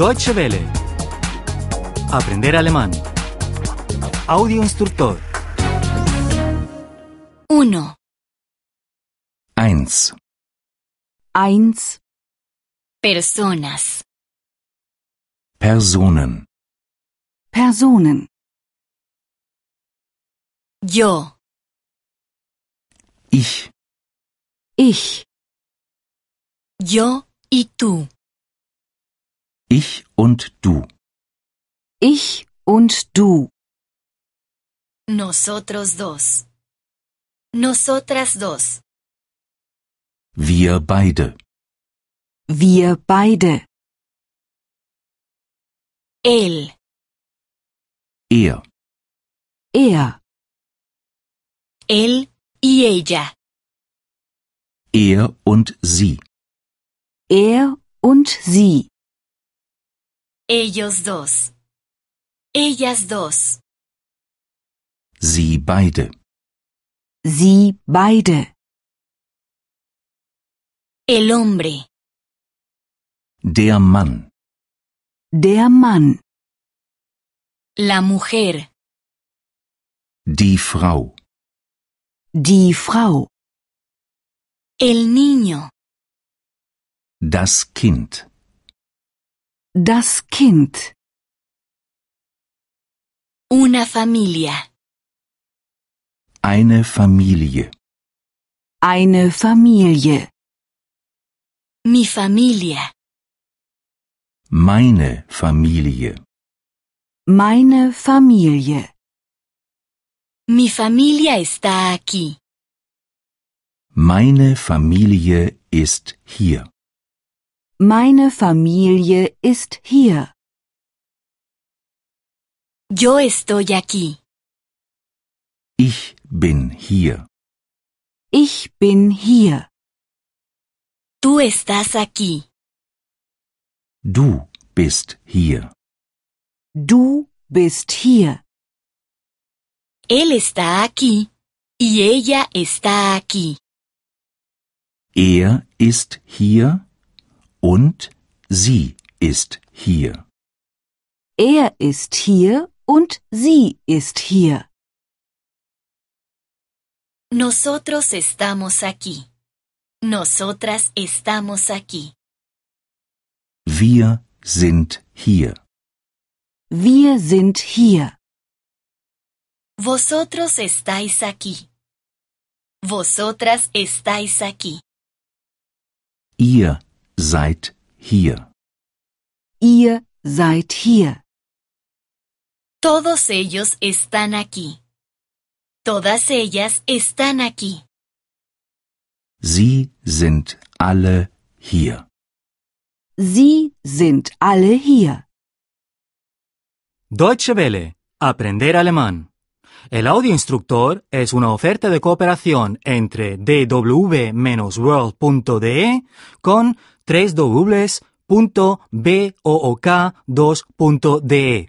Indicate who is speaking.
Speaker 1: Deutsche Welle. Aprender alemán. Audio instructor.
Speaker 2: 1.
Speaker 3: 1.
Speaker 4: 1.
Speaker 2: Personas.
Speaker 3: Personen.
Speaker 4: Personen.
Speaker 2: Yo.
Speaker 3: Ich,
Speaker 4: Ich,
Speaker 2: Yo y tú.
Speaker 3: ich und du.
Speaker 4: ich und du.
Speaker 2: Nosotros dos. Nosotras dos.
Speaker 3: Wir beide.
Speaker 4: Wir beide.
Speaker 2: Él.
Speaker 3: Er,
Speaker 4: Er,
Speaker 2: Él y ella.
Speaker 3: er und sie.
Speaker 4: er und sie.
Speaker 2: Ellos dos. Ellas dos.
Speaker 3: Sie beide.
Speaker 4: Sie beide.
Speaker 2: El hombre.
Speaker 3: Der Mann,
Speaker 4: Der Mann,
Speaker 2: La mujer.
Speaker 3: die Frau,
Speaker 4: die Frau,
Speaker 2: El niño.
Speaker 3: das Kind,
Speaker 4: das Kind,
Speaker 2: Una familia.
Speaker 3: eine Familie.
Speaker 4: eine Familie.
Speaker 2: Mi familia.
Speaker 3: Meine Familie.
Speaker 4: Meine Familie.
Speaker 2: Mi familia está aquí.
Speaker 3: Meine Familie ist hier.
Speaker 4: Meine Familie ist hier.
Speaker 2: Yo estoy aquí.
Speaker 3: Ich bin hier.
Speaker 4: Ich bin hier.
Speaker 2: Tú estás aquí.
Speaker 3: Du bist hier.
Speaker 4: Du bist hier.
Speaker 2: Él está aquí. Y ella está aquí.
Speaker 3: Er ist hier und sie ist hier.
Speaker 4: Er ist hier und sie ist hier.
Speaker 2: Nosotros estamos aquí. Nosotras estamos aquí.
Speaker 3: Wir sind hier.
Speaker 4: Wir sind hier.
Speaker 2: Vosotros estáis aquí. Vosotras estáis aquí.
Speaker 3: Ihr seid hier.
Speaker 4: Ihr seid hier.
Speaker 2: Todos ellos están aquí. Todas ellas están aquí.
Speaker 3: Sie sind alle hier.
Speaker 4: Sie sind alle hier.
Speaker 1: Deutsche Welle. Aprender alemán. El audio instructor es una oferta de cooperación entre dw-world.de con 3 2de